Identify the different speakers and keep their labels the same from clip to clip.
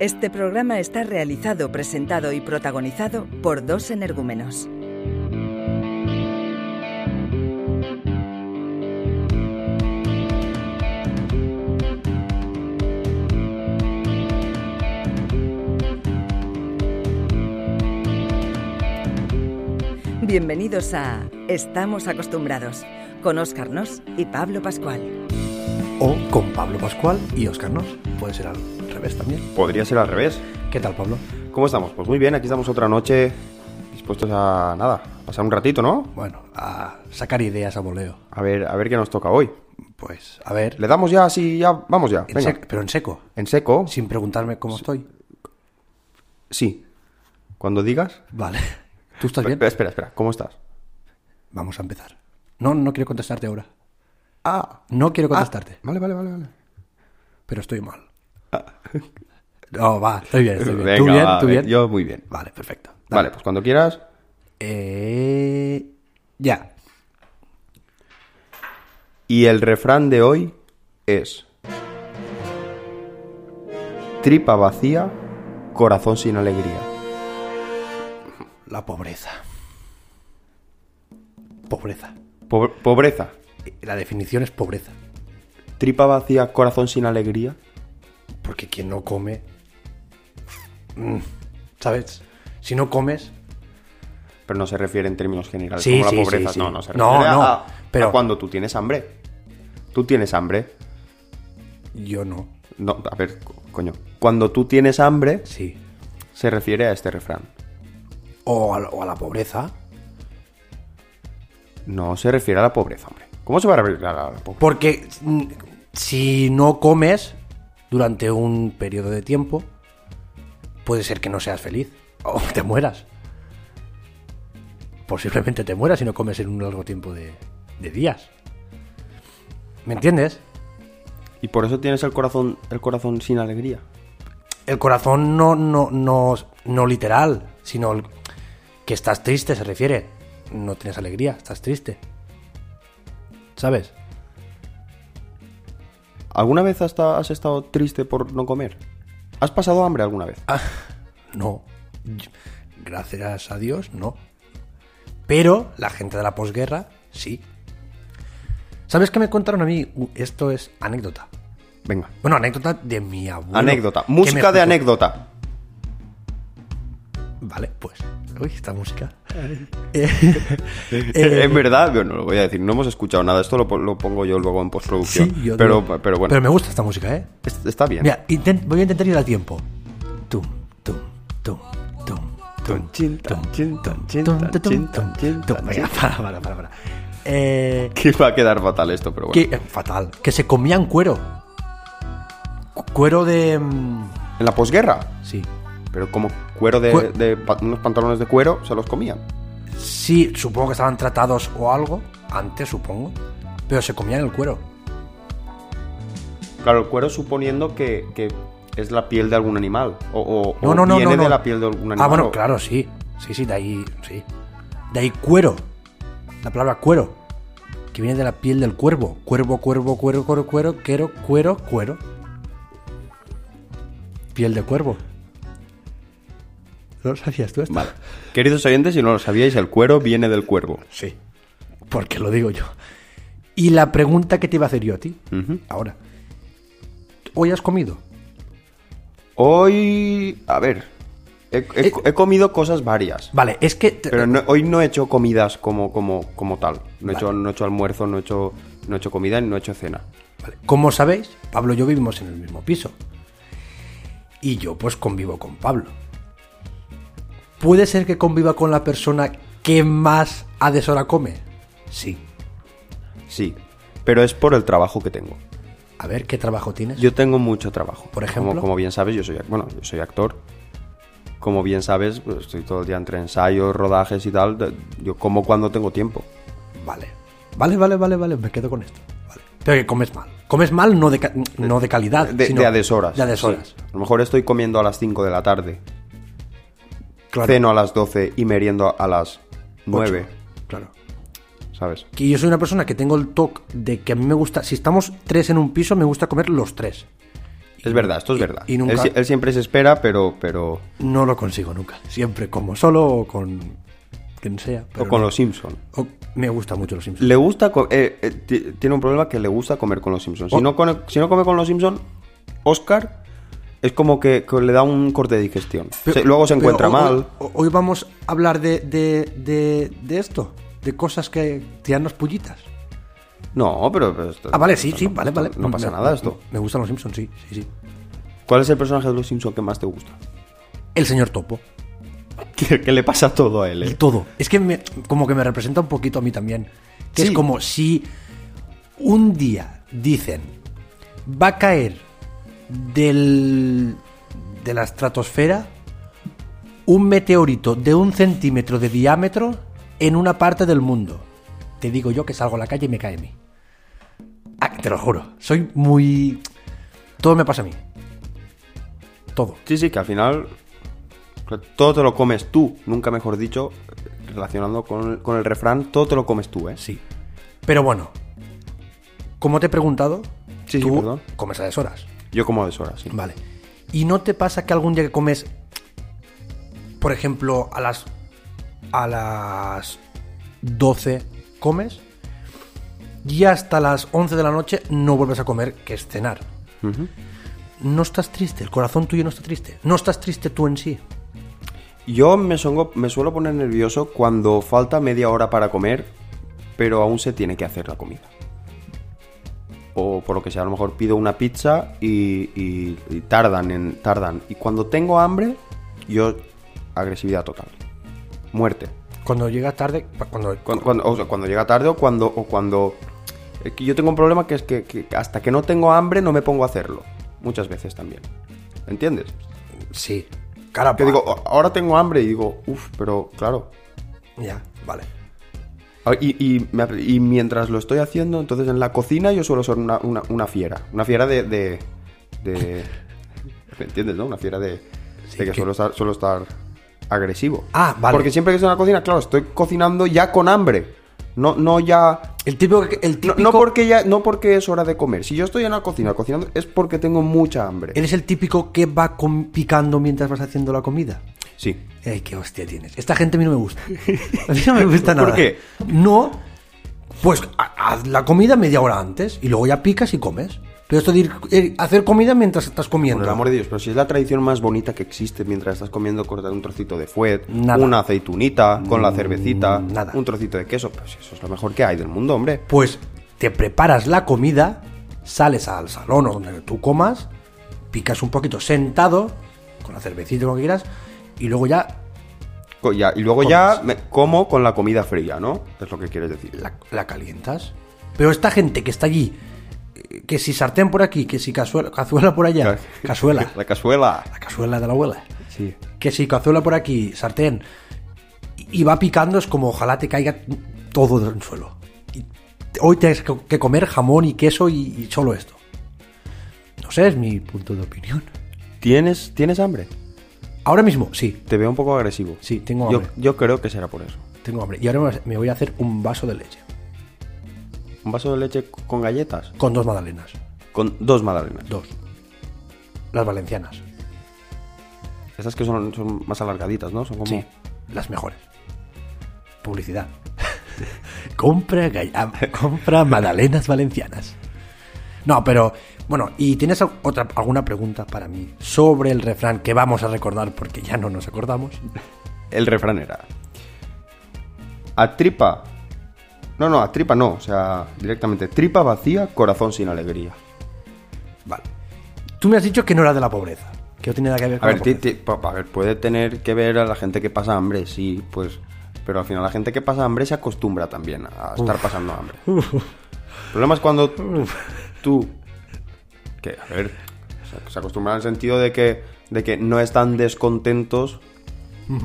Speaker 1: Este programa está realizado, presentado y protagonizado por dos energúmenos. Bienvenidos a Estamos acostumbrados con Óscar Nos y Pablo Pascual.
Speaker 2: O con Pablo Pascual y Óscar Nos. Puede ser al revés también.
Speaker 3: Podría ser al revés.
Speaker 2: ¿Qué tal, Pablo?
Speaker 3: ¿Cómo estamos? Pues muy bien, aquí estamos otra noche dispuestos a nada, a pasar un ratito, ¿no?
Speaker 2: Bueno, a sacar ideas a voleo.
Speaker 3: A ver, a ver qué nos toca hoy.
Speaker 2: Pues, a ver.
Speaker 3: Le damos ya así, ya, vamos ya.
Speaker 2: en
Speaker 3: venga.
Speaker 2: sec- pero en seco.
Speaker 3: ¿En seco?
Speaker 2: Sin preguntarme cómo estoy.
Speaker 3: Sí. Cuando digas.
Speaker 2: Vale. ¿Tú estás
Speaker 3: Pe-
Speaker 2: bien?
Speaker 3: pe- Espera, espera, ¿cómo estás?
Speaker 2: Vamos a empezar. No, no quiero contestarte ahora.
Speaker 3: Ah,
Speaker 2: No quiero contestarte.
Speaker 3: vale, vale, vale, vale.
Speaker 2: Pero estoy mal. No, va. Estoy bien, estoy bien. ¿Tú
Speaker 3: Venga,
Speaker 2: bien?
Speaker 3: va,
Speaker 2: ¿Tú
Speaker 3: ve-
Speaker 2: bien?
Speaker 3: Yo muy bien.
Speaker 2: Vale, perfecto. Dale.
Speaker 3: Vale, pues cuando quieras.
Speaker 2: Eh... Ya.
Speaker 3: Y el refrán de hoy es... Tripa vacía, corazón sin alegría.
Speaker 2: La pobreza. Pobreza.
Speaker 3: Po- pobreza.
Speaker 2: La definición es pobreza.
Speaker 3: Tripa vacía, corazón sin alegría.
Speaker 2: Porque quien no come. mm, ¿Sabes? Si no comes.
Speaker 3: Pero no se refiere en términos generales
Speaker 2: Sí,
Speaker 3: como
Speaker 2: sí,
Speaker 3: la pobreza.
Speaker 2: sí, sí.
Speaker 3: No, no se
Speaker 2: No,
Speaker 3: refiere
Speaker 2: no,
Speaker 3: a, a
Speaker 2: pero-
Speaker 3: cuando tú tienes hambre. Tú tienes hambre.
Speaker 2: Yo no.
Speaker 3: No, a ver, co- coño. Cuando tú tienes hambre,
Speaker 2: Sí.
Speaker 3: se refiere a este refrán.
Speaker 2: O a, la- o a la pobreza.
Speaker 3: No se refiere a la pobreza, hombre. ¿Cómo se va a referir a la, a la pobreza?
Speaker 2: Porque mm, si no comes durante un periodo de tiempo, puede ser que no seas feliz. O te mueras. Posiblemente te mueras si no comes en un largo tiempo de, de días. ¿Me entiendes?
Speaker 3: Y por eso tienes el corazón, el corazón sin alegría.
Speaker 2: El corazón no, no, no, no literal, sino el- que estás triste, se refiere. No tienes alegría, estás triste. ¿Sabes?
Speaker 3: ¿Alguna vez has, esta- has estado triste por no comer? ¿Has pasado hambre alguna vez?
Speaker 2: No. Yo- Gracias a Dios, no. Pero la gente de la posguerra, sí. ¿Sabes qué me contaron a mí? Uh, Esto es anécdota.
Speaker 3: Venga.
Speaker 2: Bueno, anécdota de mi abuelo.
Speaker 3: anécdota.
Speaker 2: que me
Speaker 3: Música de
Speaker 2: contó-
Speaker 3: anécdota.
Speaker 2: Vale, pues. Uy, esta música. Eh,
Speaker 3: en verdad, yo no lo voy a decir. No hemos escuchado nada. Esto lo, po- lo pongo yo luego en postproducción.
Speaker 2: Sí, yo
Speaker 3: pero,
Speaker 2: digo-
Speaker 3: pero bueno,
Speaker 2: Pero me gusta esta música, ¿eh?
Speaker 3: es- está bien.
Speaker 2: Mira, intent- voy a intentar ir a tiempo. Tum, tum, tum, tum, tum,
Speaker 3: Chin, tan, chin, tan, chin, tan,
Speaker 2: tum,
Speaker 3: chin,
Speaker 2: tum,
Speaker 3: tan, chin,
Speaker 2: tum.
Speaker 3: tan,
Speaker 2: Venga,
Speaker 3: chin.
Speaker 2: para, para, para, para. Eh,
Speaker 3: Que va a quedar fatal esto, pero bueno.
Speaker 2: que, eh, fatal. Que se comían cuero. Cu- Cuero de... mm,
Speaker 3: En la posguerra,
Speaker 2: Sí.
Speaker 3: pero como cuero de,
Speaker 2: Cue-
Speaker 3: de pa- unos pantalones de cuero, se los comían.
Speaker 2: Sí, supongo que estaban tratados o algo. Antes, supongo. Pero se comían el cuero.
Speaker 3: Claro, el cuero suponiendo que, que es la piel de algún animal. O, o-
Speaker 2: No,
Speaker 3: o
Speaker 2: no, no,
Speaker 3: viene
Speaker 2: no, no.
Speaker 3: de la piel de algún animal.
Speaker 2: Ah, bueno,
Speaker 3: o-
Speaker 2: claro, sí. Sí, sí, de ahí, sí. De ahí cuero. La palabra cuero. Que viene de la piel del cuervo. Cuervo, cuervo, cuero, cuero, cuero, cuero, cuero, cuero. Piel de cuervo. ¿No lo sabías tú esto?
Speaker 3: Vale. Queridos oyentes, si no lo sabíais, el cuero viene del cuervo.
Speaker 2: Sí. Porque lo digo yo. Y la pregunta que te iba a hacer yo a ti,
Speaker 3: Ujú.
Speaker 2: ahora. ¿Hoy has comido?
Speaker 3: Hoy. A ver. He, he-
Speaker 2: Eh.
Speaker 3: he comido cosas varias.
Speaker 2: Vale, es que... te-
Speaker 3: Pero no- hoy no he hecho comidas como, como, como tal. No he,
Speaker 2: Vale.
Speaker 3: hecho, no he hecho almuerzo, no he hecho, no he hecho comida y no he hecho cena.
Speaker 2: Vale. Como sabéis, Pablo y yo vivimos en el mismo piso. Y yo pues convivo con Pablo. ¿Puede ser que conviva con la persona que más a deshora come? Sí.
Speaker 3: Sí, pero es por el trabajo que tengo.
Speaker 2: A ver, ¿qué trabajo tienes?
Speaker 3: Yo tengo mucho trabajo.
Speaker 2: Por ejemplo.
Speaker 3: Como, como bien sabes, yo soy, ac- bueno, yo soy actor. Como bien sabes, pues, estoy todo el día entre ensayos, rodajes y tal. De- Yo como cuando tengo tiempo.
Speaker 2: Vale. Vale, vale, vale, vale, me quedo con esto. Vale. Pero que comes mal. Comes mal no de, ca- no de calidad,
Speaker 3: De,
Speaker 2: sino
Speaker 3: de a deshoras.
Speaker 2: De a deshoras.
Speaker 3: Sí. A lo mejor estoy comiendo a las 5 de la tarde,
Speaker 2: Claro.
Speaker 3: ceno a las 12 y meriendo a las 9,
Speaker 2: Ocho. Claro.
Speaker 3: ¿sabes?
Speaker 2: Que yo soy una persona que tengo el toque de que a mí me gusta, si estamos tres en un piso, me gusta comer los tres.
Speaker 3: Es verdad, esto es verdad.
Speaker 2: y nunca-
Speaker 3: él, si- él siempre se espera, pero, pero
Speaker 2: No lo consigo nunca. Siempre como solo o con quien sea. pero
Speaker 3: o con
Speaker 2: no.
Speaker 3: los Simpson.
Speaker 2: O- me gusta mucho los Simpsons.
Speaker 3: Le gusta co- eh, eh, ti- tiene un problema que le gusta comer con los Simpsons. Si,
Speaker 2: Oh.
Speaker 3: no, con- si no come con los Simpsons, Oscar es como que, que le da un corte de digestión.
Speaker 2: Pero-
Speaker 3: Se- luego se
Speaker 2: pero oh,
Speaker 3: encuentra
Speaker 2: hoy-
Speaker 3: mal.
Speaker 2: Hoy, hoy vamos a hablar de, de, de, de esto, de cosas que tirarnos pullitas.
Speaker 3: No, pero, pero esto-
Speaker 2: Ah, vale, sí,
Speaker 3: esto
Speaker 2: sí,
Speaker 3: no-
Speaker 2: vale, vale.
Speaker 3: No pasa
Speaker 2: Me-
Speaker 3: nada esto.
Speaker 2: Me gustan los Simpsons, sí, sí, sí.
Speaker 3: ¿Cuál es el personaje de los Simpsons que más te gusta?
Speaker 2: El señor Topo.
Speaker 3: Que, que le pasa todo a él.
Speaker 2: Y
Speaker 3: eh.
Speaker 2: todo. Es que me- como que me representa un poquito a mí también. Que es
Speaker 3: Sí.
Speaker 2: como si un día dicen va a caer del, de la estratosfera un meteorito de un centímetro de diámetro en una parte del mundo. Te digo yo que salgo a la calle y me cae a mí. Ah, te lo juro. Soy muy... Todo me pasa a mí. Todo.
Speaker 3: Sí, sí, que al final que todo te lo comes tú, nunca mejor dicho, relacionando con, con el refrán, todo te lo comes tú, ¿eh?
Speaker 2: Sí. Pero bueno, como te he preguntado,
Speaker 3: Sí, sí,
Speaker 2: tú
Speaker 3: perdón.
Speaker 2: comes a deshoras.
Speaker 3: Yo como a deshoras, sí.
Speaker 2: Vale. ¿Y no te pasa que algún día que comes, por ejemplo, a las a las 12 comes y hasta las 11 de la noche no vuelves a comer, que es cenar?
Speaker 3: Ujú.
Speaker 2: No estás triste, el corazón tuyo no está triste. No estás triste tú en sí.
Speaker 3: Yo me, songo- me suelo poner nervioso cuando falta media hora para comer, pero aún se tiene que hacer la comida. O por lo que sea, a lo mejor pido una pizza y, y- y tardan en. tardan. Y cuando tengo hambre, yo agresividad total. Muerte.
Speaker 2: Cuando llegas tarde, cuando,
Speaker 3: Cuando, cuando- o sea, cuando llega tarde o cuando. O cuando es que yo tengo un problema que es que, que hasta que no tengo hambre no me pongo a hacerlo. Muchas veces también. ¿Entiendes?
Speaker 2: sí. Cara,
Speaker 3: Que digo, "A- ahora tengo hambre y digo, uff, pero claro,
Speaker 2: ya, vale.
Speaker 3: Ah, Y, y me ap- y mientras lo estoy haciendo, entonces en la cocina yo suelo ser una, una- una fiera. Una fiera de. de, de- ¿Me entiendes, no? Una fiera de. de que,
Speaker 2: que-
Speaker 3: Suelo, estar, suelo estar agresivo.
Speaker 2: Ah, vale.
Speaker 3: Porque siempre que estoy en la cocina, claro, estoy cocinando ya con hambre. No, no ya.
Speaker 2: El típico, el
Speaker 3: No,
Speaker 2: típico
Speaker 3: no porque ya. No porque es hora de comer. Si yo estoy en la cocina cocinando, es porque tengo mucha hambre.
Speaker 2: ¿Eres el típico que va com- picando mientras vas haciendo la comida?
Speaker 3: Sí.
Speaker 2: Ay, qué hostia tienes. Esta gente a mí no me gusta. A mí no me gusta
Speaker 3: ¿Por
Speaker 2: nada.
Speaker 3: qué?
Speaker 2: No. Pues ha- haz la comida media hora antes y luego ya picas y comes. Pero esto de ir- eh, hacer comida mientras estás comiendo.
Speaker 3: Por el amor de Dios, pero si es la tradición más bonita que existe mientras estás comiendo, cortar un trocito de fuet,
Speaker 2: Nada. Mm,
Speaker 3: una aceitunita con la cervecita,
Speaker 2: nada.
Speaker 3: un trocito de queso, pues eso es lo mejor que hay del mundo, hombre.
Speaker 2: Pues te preparas la comida, sales al salón o donde tú comas, picas un poquito sentado, con la cervecita o lo que quieras, y luego ya
Speaker 3: Co- ya- y luego
Speaker 2: Comes.
Speaker 3: ya me como con la comida fría, ¿no? Es lo que quieres decir.
Speaker 2: la, la calientas. Pero esta gente que está allí, eh, que si sartén por aquí, que si cazuela, cazuela por allá, cazuela,
Speaker 3: La cazuela.
Speaker 2: la cazuela de la abuela,
Speaker 3: Sí.
Speaker 2: que si cazuela por aquí, sartén, y, y va picando, es como ojalá te caiga todo del suelo. Y te- hoy tienes que- que comer jamón y queso y, y solo esto. No sé, es mi punto de opinión.
Speaker 3: ¿Tienes, ¿Tienes hambre?
Speaker 2: Ahora mismo, sí,
Speaker 3: Te veo un poco agresivo.
Speaker 2: Sí, tengo
Speaker 3: Yo,
Speaker 2: hambre.
Speaker 3: yo creo que será por eso.
Speaker 2: tengo hambre. Y ahora me- me voy a hacer un vaso de leche,
Speaker 3: Un vaso de leche con galletas,
Speaker 2: con dos magdalenas,
Speaker 3: con dos magdalenas.
Speaker 2: dos. Las valencianas,
Speaker 3: Esas que son, son más alargaditas, ¿no? Son como...
Speaker 2: Sí, las mejores. Publicidad. compra, gall- ah, compra magdalenas valencianas. No, pero bueno, ¿y tienes al- otra, alguna pregunta para mí sobre el refrán que vamos a recordar porque ya no nos acordamos?
Speaker 3: El refrán era. A tripa. No, no, a tripa no. O sea, directamente. Tripa vacía, corazón sin alegría.
Speaker 2: Vale. Tú me has dicho que no era de la pobreza, que no tiene nada que ver
Speaker 3: A
Speaker 2: con
Speaker 3: ver,
Speaker 2: la
Speaker 3: ti-
Speaker 2: pobreza.
Speaker 3: ti- pa- pa- a ver, puede tener que ver a la gente que pasa hambre, sí, pues. Pero al final la gente que pasa hambre se acostumbra también a estar pasando hambre. El problema es cuando tú. Que, a ver. se- Se acostumbran en el sentido de que, de que no están descontentos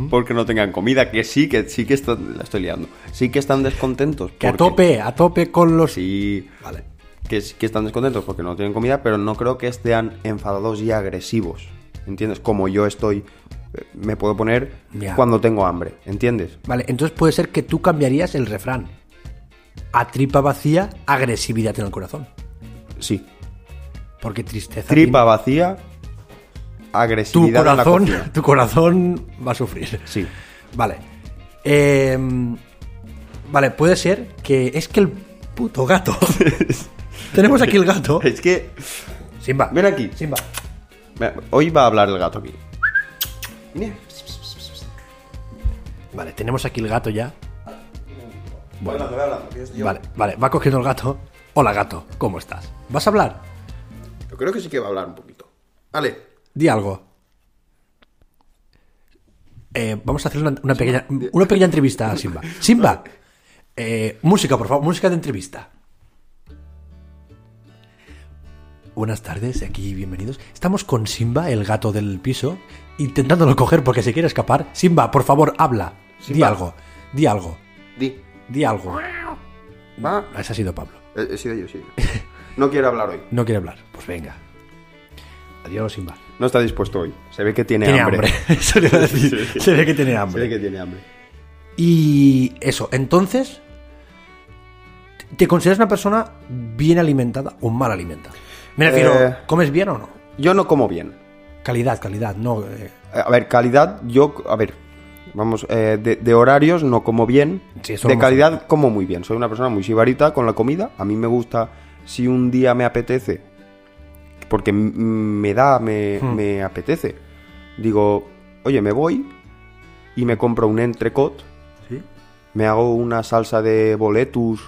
Speaker 3: porque no tengan comida. Que sí, que sí que están. La estoy liando. Sí que están descontentos.
Speaker 2: Que a
Speaker 3: porque-
Speaker 2: tope, a tope con los...
Speaker 3: Sí,
Speaker 2: Vale.
Speaker 3: que, sí que están descontentos porque no tienen comida, pero no creo que estén enfadados y agresivos. ¿Entiendes? Como yo estoy, eh, me puedo poner
Speaker 2: Ya.
Speaker 3: cuando tengo hambre. ¿Entiendes?
Speaker 2: Vale, entonces puede ser que tú cambiarías el refrán. A tripa vacía, agresividad en el corazón.
Speaker 3: Sí.
Speaker 2: Porque tristeza.
Speaker 3: Tripa vacía,
Speaker 2: tiene- tu
Speaker 3: agresividad en la
Speaker 2: corazón,
Speaker 3: cocina.
Speaker 2: tu corazón va a sufrir.
Speaker 3: Sí.
Speaker 2: Vale. Eh, vale, puede ser que. Es que el puto gato. Tenemos aquí el gato.
Speaker 3: Es que
Speaker 2: Simba.
Speaker 3: Ven aquí.
Speaker 2: Simba.
Speaker 3: mira, hoy va a hablar el gato aquí. Mira.
Speaker 2: Vale, tenemos aquí el gato ya. Vale, vale, va cogiendo el gato. Hola gato, ¿cómo estás? ¿Vas a hablar?
Speaker 3: Yo creo que sí que va a hablar un poquito. Vale.
Speaker 2: Di algo. Eh, vamos a hacer una, una pequeña, una pequeña entrevista a Simba. Simba, eh, música, por favor, música de entrevista. Buenas tardes, aquí bienvenidos. Estamos con Simba, el gato del piso, intentándolo coger porque se quiere escapar. Simba, por favor, habla. Di
Speaker 3: Simba.
Speaker 2: algo, di algo,
Speaker 3: Di.
Speaker 2: di algo.
Speaker 3: Va.
Speaker 2: Ese ha sido Pablo.
Speaker 3: He, he sido yo, sí. No quiero hablar hoy.
Speaker 2: No quiere hablar. Pues venga. Adiós, Simba.
Speaker 3: No está dispuesto hoy. Se ve que tiene,
Speaker 2: Tiene hambre.
Speaker 3: hambre.
Speaker 2: Eso le iba a decir.
Speaker 3: Sí.
Speaker 2: Se ve que tiene
Speaker 3: Se
Speaker 2: hambre.
Speaker 3: ve que tiene hambre.
Speaker 2: Y eso, entonces, ¿te consideras una persona bien alimentada o mal alimentada? Me refiero,
Speaker 3: Eh.
Speaker 2: ¿comes bien o no?
Speaker 3: Yo no como bien.
Speaker 2: Calidad, calidad, no. eh,
Speaker 3: Eh, A ver, calidad, yo. A ver. Vamos, eh, de, de horarios no como bien.
Speaker 2: Sí, eso
Speaker 3: de
Speaker 2: no
Speaker 3: calidad como muy bien. Soy una persona muy sibarita con la comida. A mí me gusta, si un día me apetece, porque m- me da, me,
Speaker 2: Hmm.
Speaker 3: me apetece. Digo, oye, me voy y me compro un entrecot. Me hago una salsa de boletus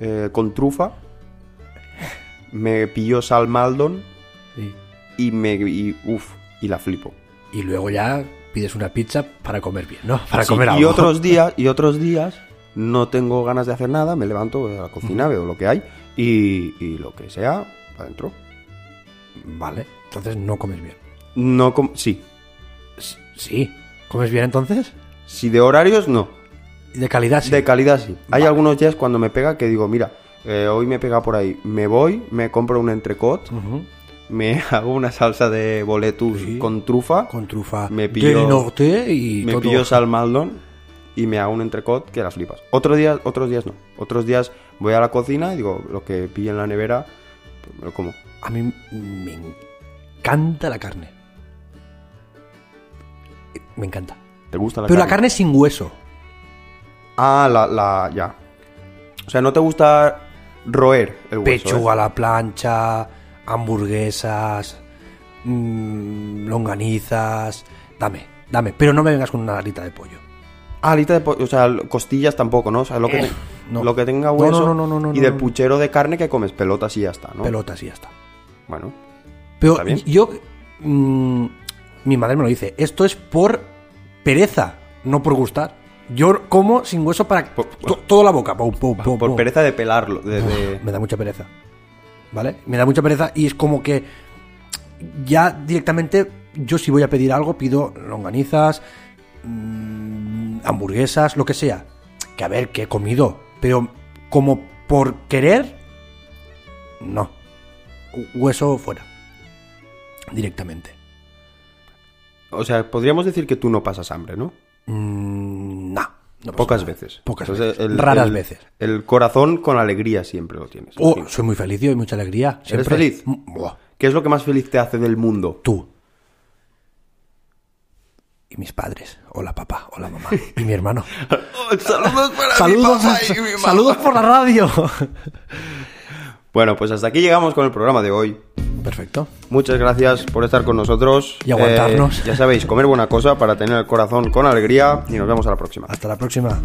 Speaker 3: eh, con trufa. Me pillo salmaldon
Speaker 2: sí.
Speaker 3: y me. Y, uf, y la flipo.
Speaker 2: Y luego ya pides una pizza para comer bien, ¿no? Para
Speaker 3: Sí,
Speaker 2: comer algo.
Speaker 3: y otros días y otros días no tengo ganas de hacer nada me levanto voy a la cocina veo lo que hay y, y lo que sea adentro
Speaker 2: Vale, entonces no comes bien.
Speaker 3: no com- sí
Speaker 2: S- Sí. ¿Comes bien entonces?
Speaker 3: si de horarios no
Speaker 2: ¿Y De calidad, sí.
Speaker 3: de calidad sí hay algunos días cuando me pega que digo mira eh, hoy me pega por ahí me voy me compro un entrecot
Speaker 2: Ujú.
Speaker 3: me hago una salsa de boletus
Speaker 2: Sí.
Speaker 3: con trufa
Speaker 2: Con trufa.
Speaker 3: Me
Speaker 2: del
Speaker 3: pillo-
Speaker 2: norte y
Speaker 3: me
Speaker 2: todo.
Speaker 3: pillo salmaldón y me hago un entrecot que las flipas. Otros días, otros días no. Otros días voy a la cocina y digo, lo que pille en la nevera, pues, me lo como.
Speaker 2: A mí me encanta la carne. Me encanta.
Speaker 3: ¿Te gusta la
Speaker 2: Pero la
Speaker 3: carne?
Speaker 2: carne sin hueso.
Speaker 3: Ah, la, la, ya. O sea, no te gusta roer el hueso.
Speaker 2: Pechuga
Speaker 3: eh?
Speaker 2: a la plancha, hamburguesas, mm, longanizas. Dame, dame. Pero no me vengas con una alita de pollo.
Speaker 3: Ah, alita de po- o sea, costillas tampoco, ¿no? O sea, lo que,
Speaker 2: Eh, no.
Speaker 3: lo que tenga
Speaker 2: No,
Speaker 3: hueso.
Speaker 2: no, no, no, no,
Speaker 3: y
Speaker 2: no,
Speaker 3: del
Speaker 2: no.
Speaker 3: puchero de carne que comes pelotas y ya está, ¿no?
Speaker 2: Pelotas y ya está.
Speaker 3: Bueno.
Speaker 2: Pero
Speaker 3: Está bien.
Speaker 2: yo. mm, mi madre me lo dice. Esto es por pereza, no por gustar. Yo como sin hueso para.
Speaker 3: Por-
Speaker 2: to- toda la boca. pum, pum, pum,
Speaker 3: Por
Speaker 2: pum.
Speaker 3: pereza de pelarlo. de- de-
Speaker 2: me da mucha pereza. ¿Vale? Me da mucha pereza y es como que ya directamente yo si voy a pedir algo pido longanizas, mm, hamburguesas, lo que sea. Que a ver, que he comido, pero como por querer, no. Hu- Hueso fuera. Directamente.
Speaker 3: O sea, podríamos decir que tú no pasas hambre, ¿no?
Speaker 2: Mm, no. no pasa
Speaker 3: Pocas
Speaker 2: nada.
Speaker 3: veces.
Speaker 2: Pocas
Speaker 3: Entonces,
Speaker 2: veces.
Speaker 3: el-
Speaker 2: Raras
Speaker 3: el-
Speaker 2: veces.
Speaker 3: El corazón con alegría siempre lo tienes.
Speaker 2: Oh,
Speaker 3: Sí.
Speaker 2: soy muy feliz, y mucha alegría. Siempre.
Speaker 3: feliz?
Speaker 2: Mm, buah.
Speaker 3: ¿Qué es lo que más feliz te hace del mundo?
Speaker 2: tú y mis padres. Hola papá, hola mamá y mi hermano.
Speaker 3: saludos para
Speaker 2: saludos, saludos por la radio.
Speaker 3: Bueno, pues hasta aquí llegamos con el programa de hoy.
Speaker 2: Perfecto.
Speaker 3: Muchas gracias por estar con nosotros. Eh,
Speaker 2: Y aguantarnos.
Speaker 3: ya sabéis, comer buena cosa para tener el corazón con alegría y nos vemos a la próxima.
Speaker 2: Hasta la próxima.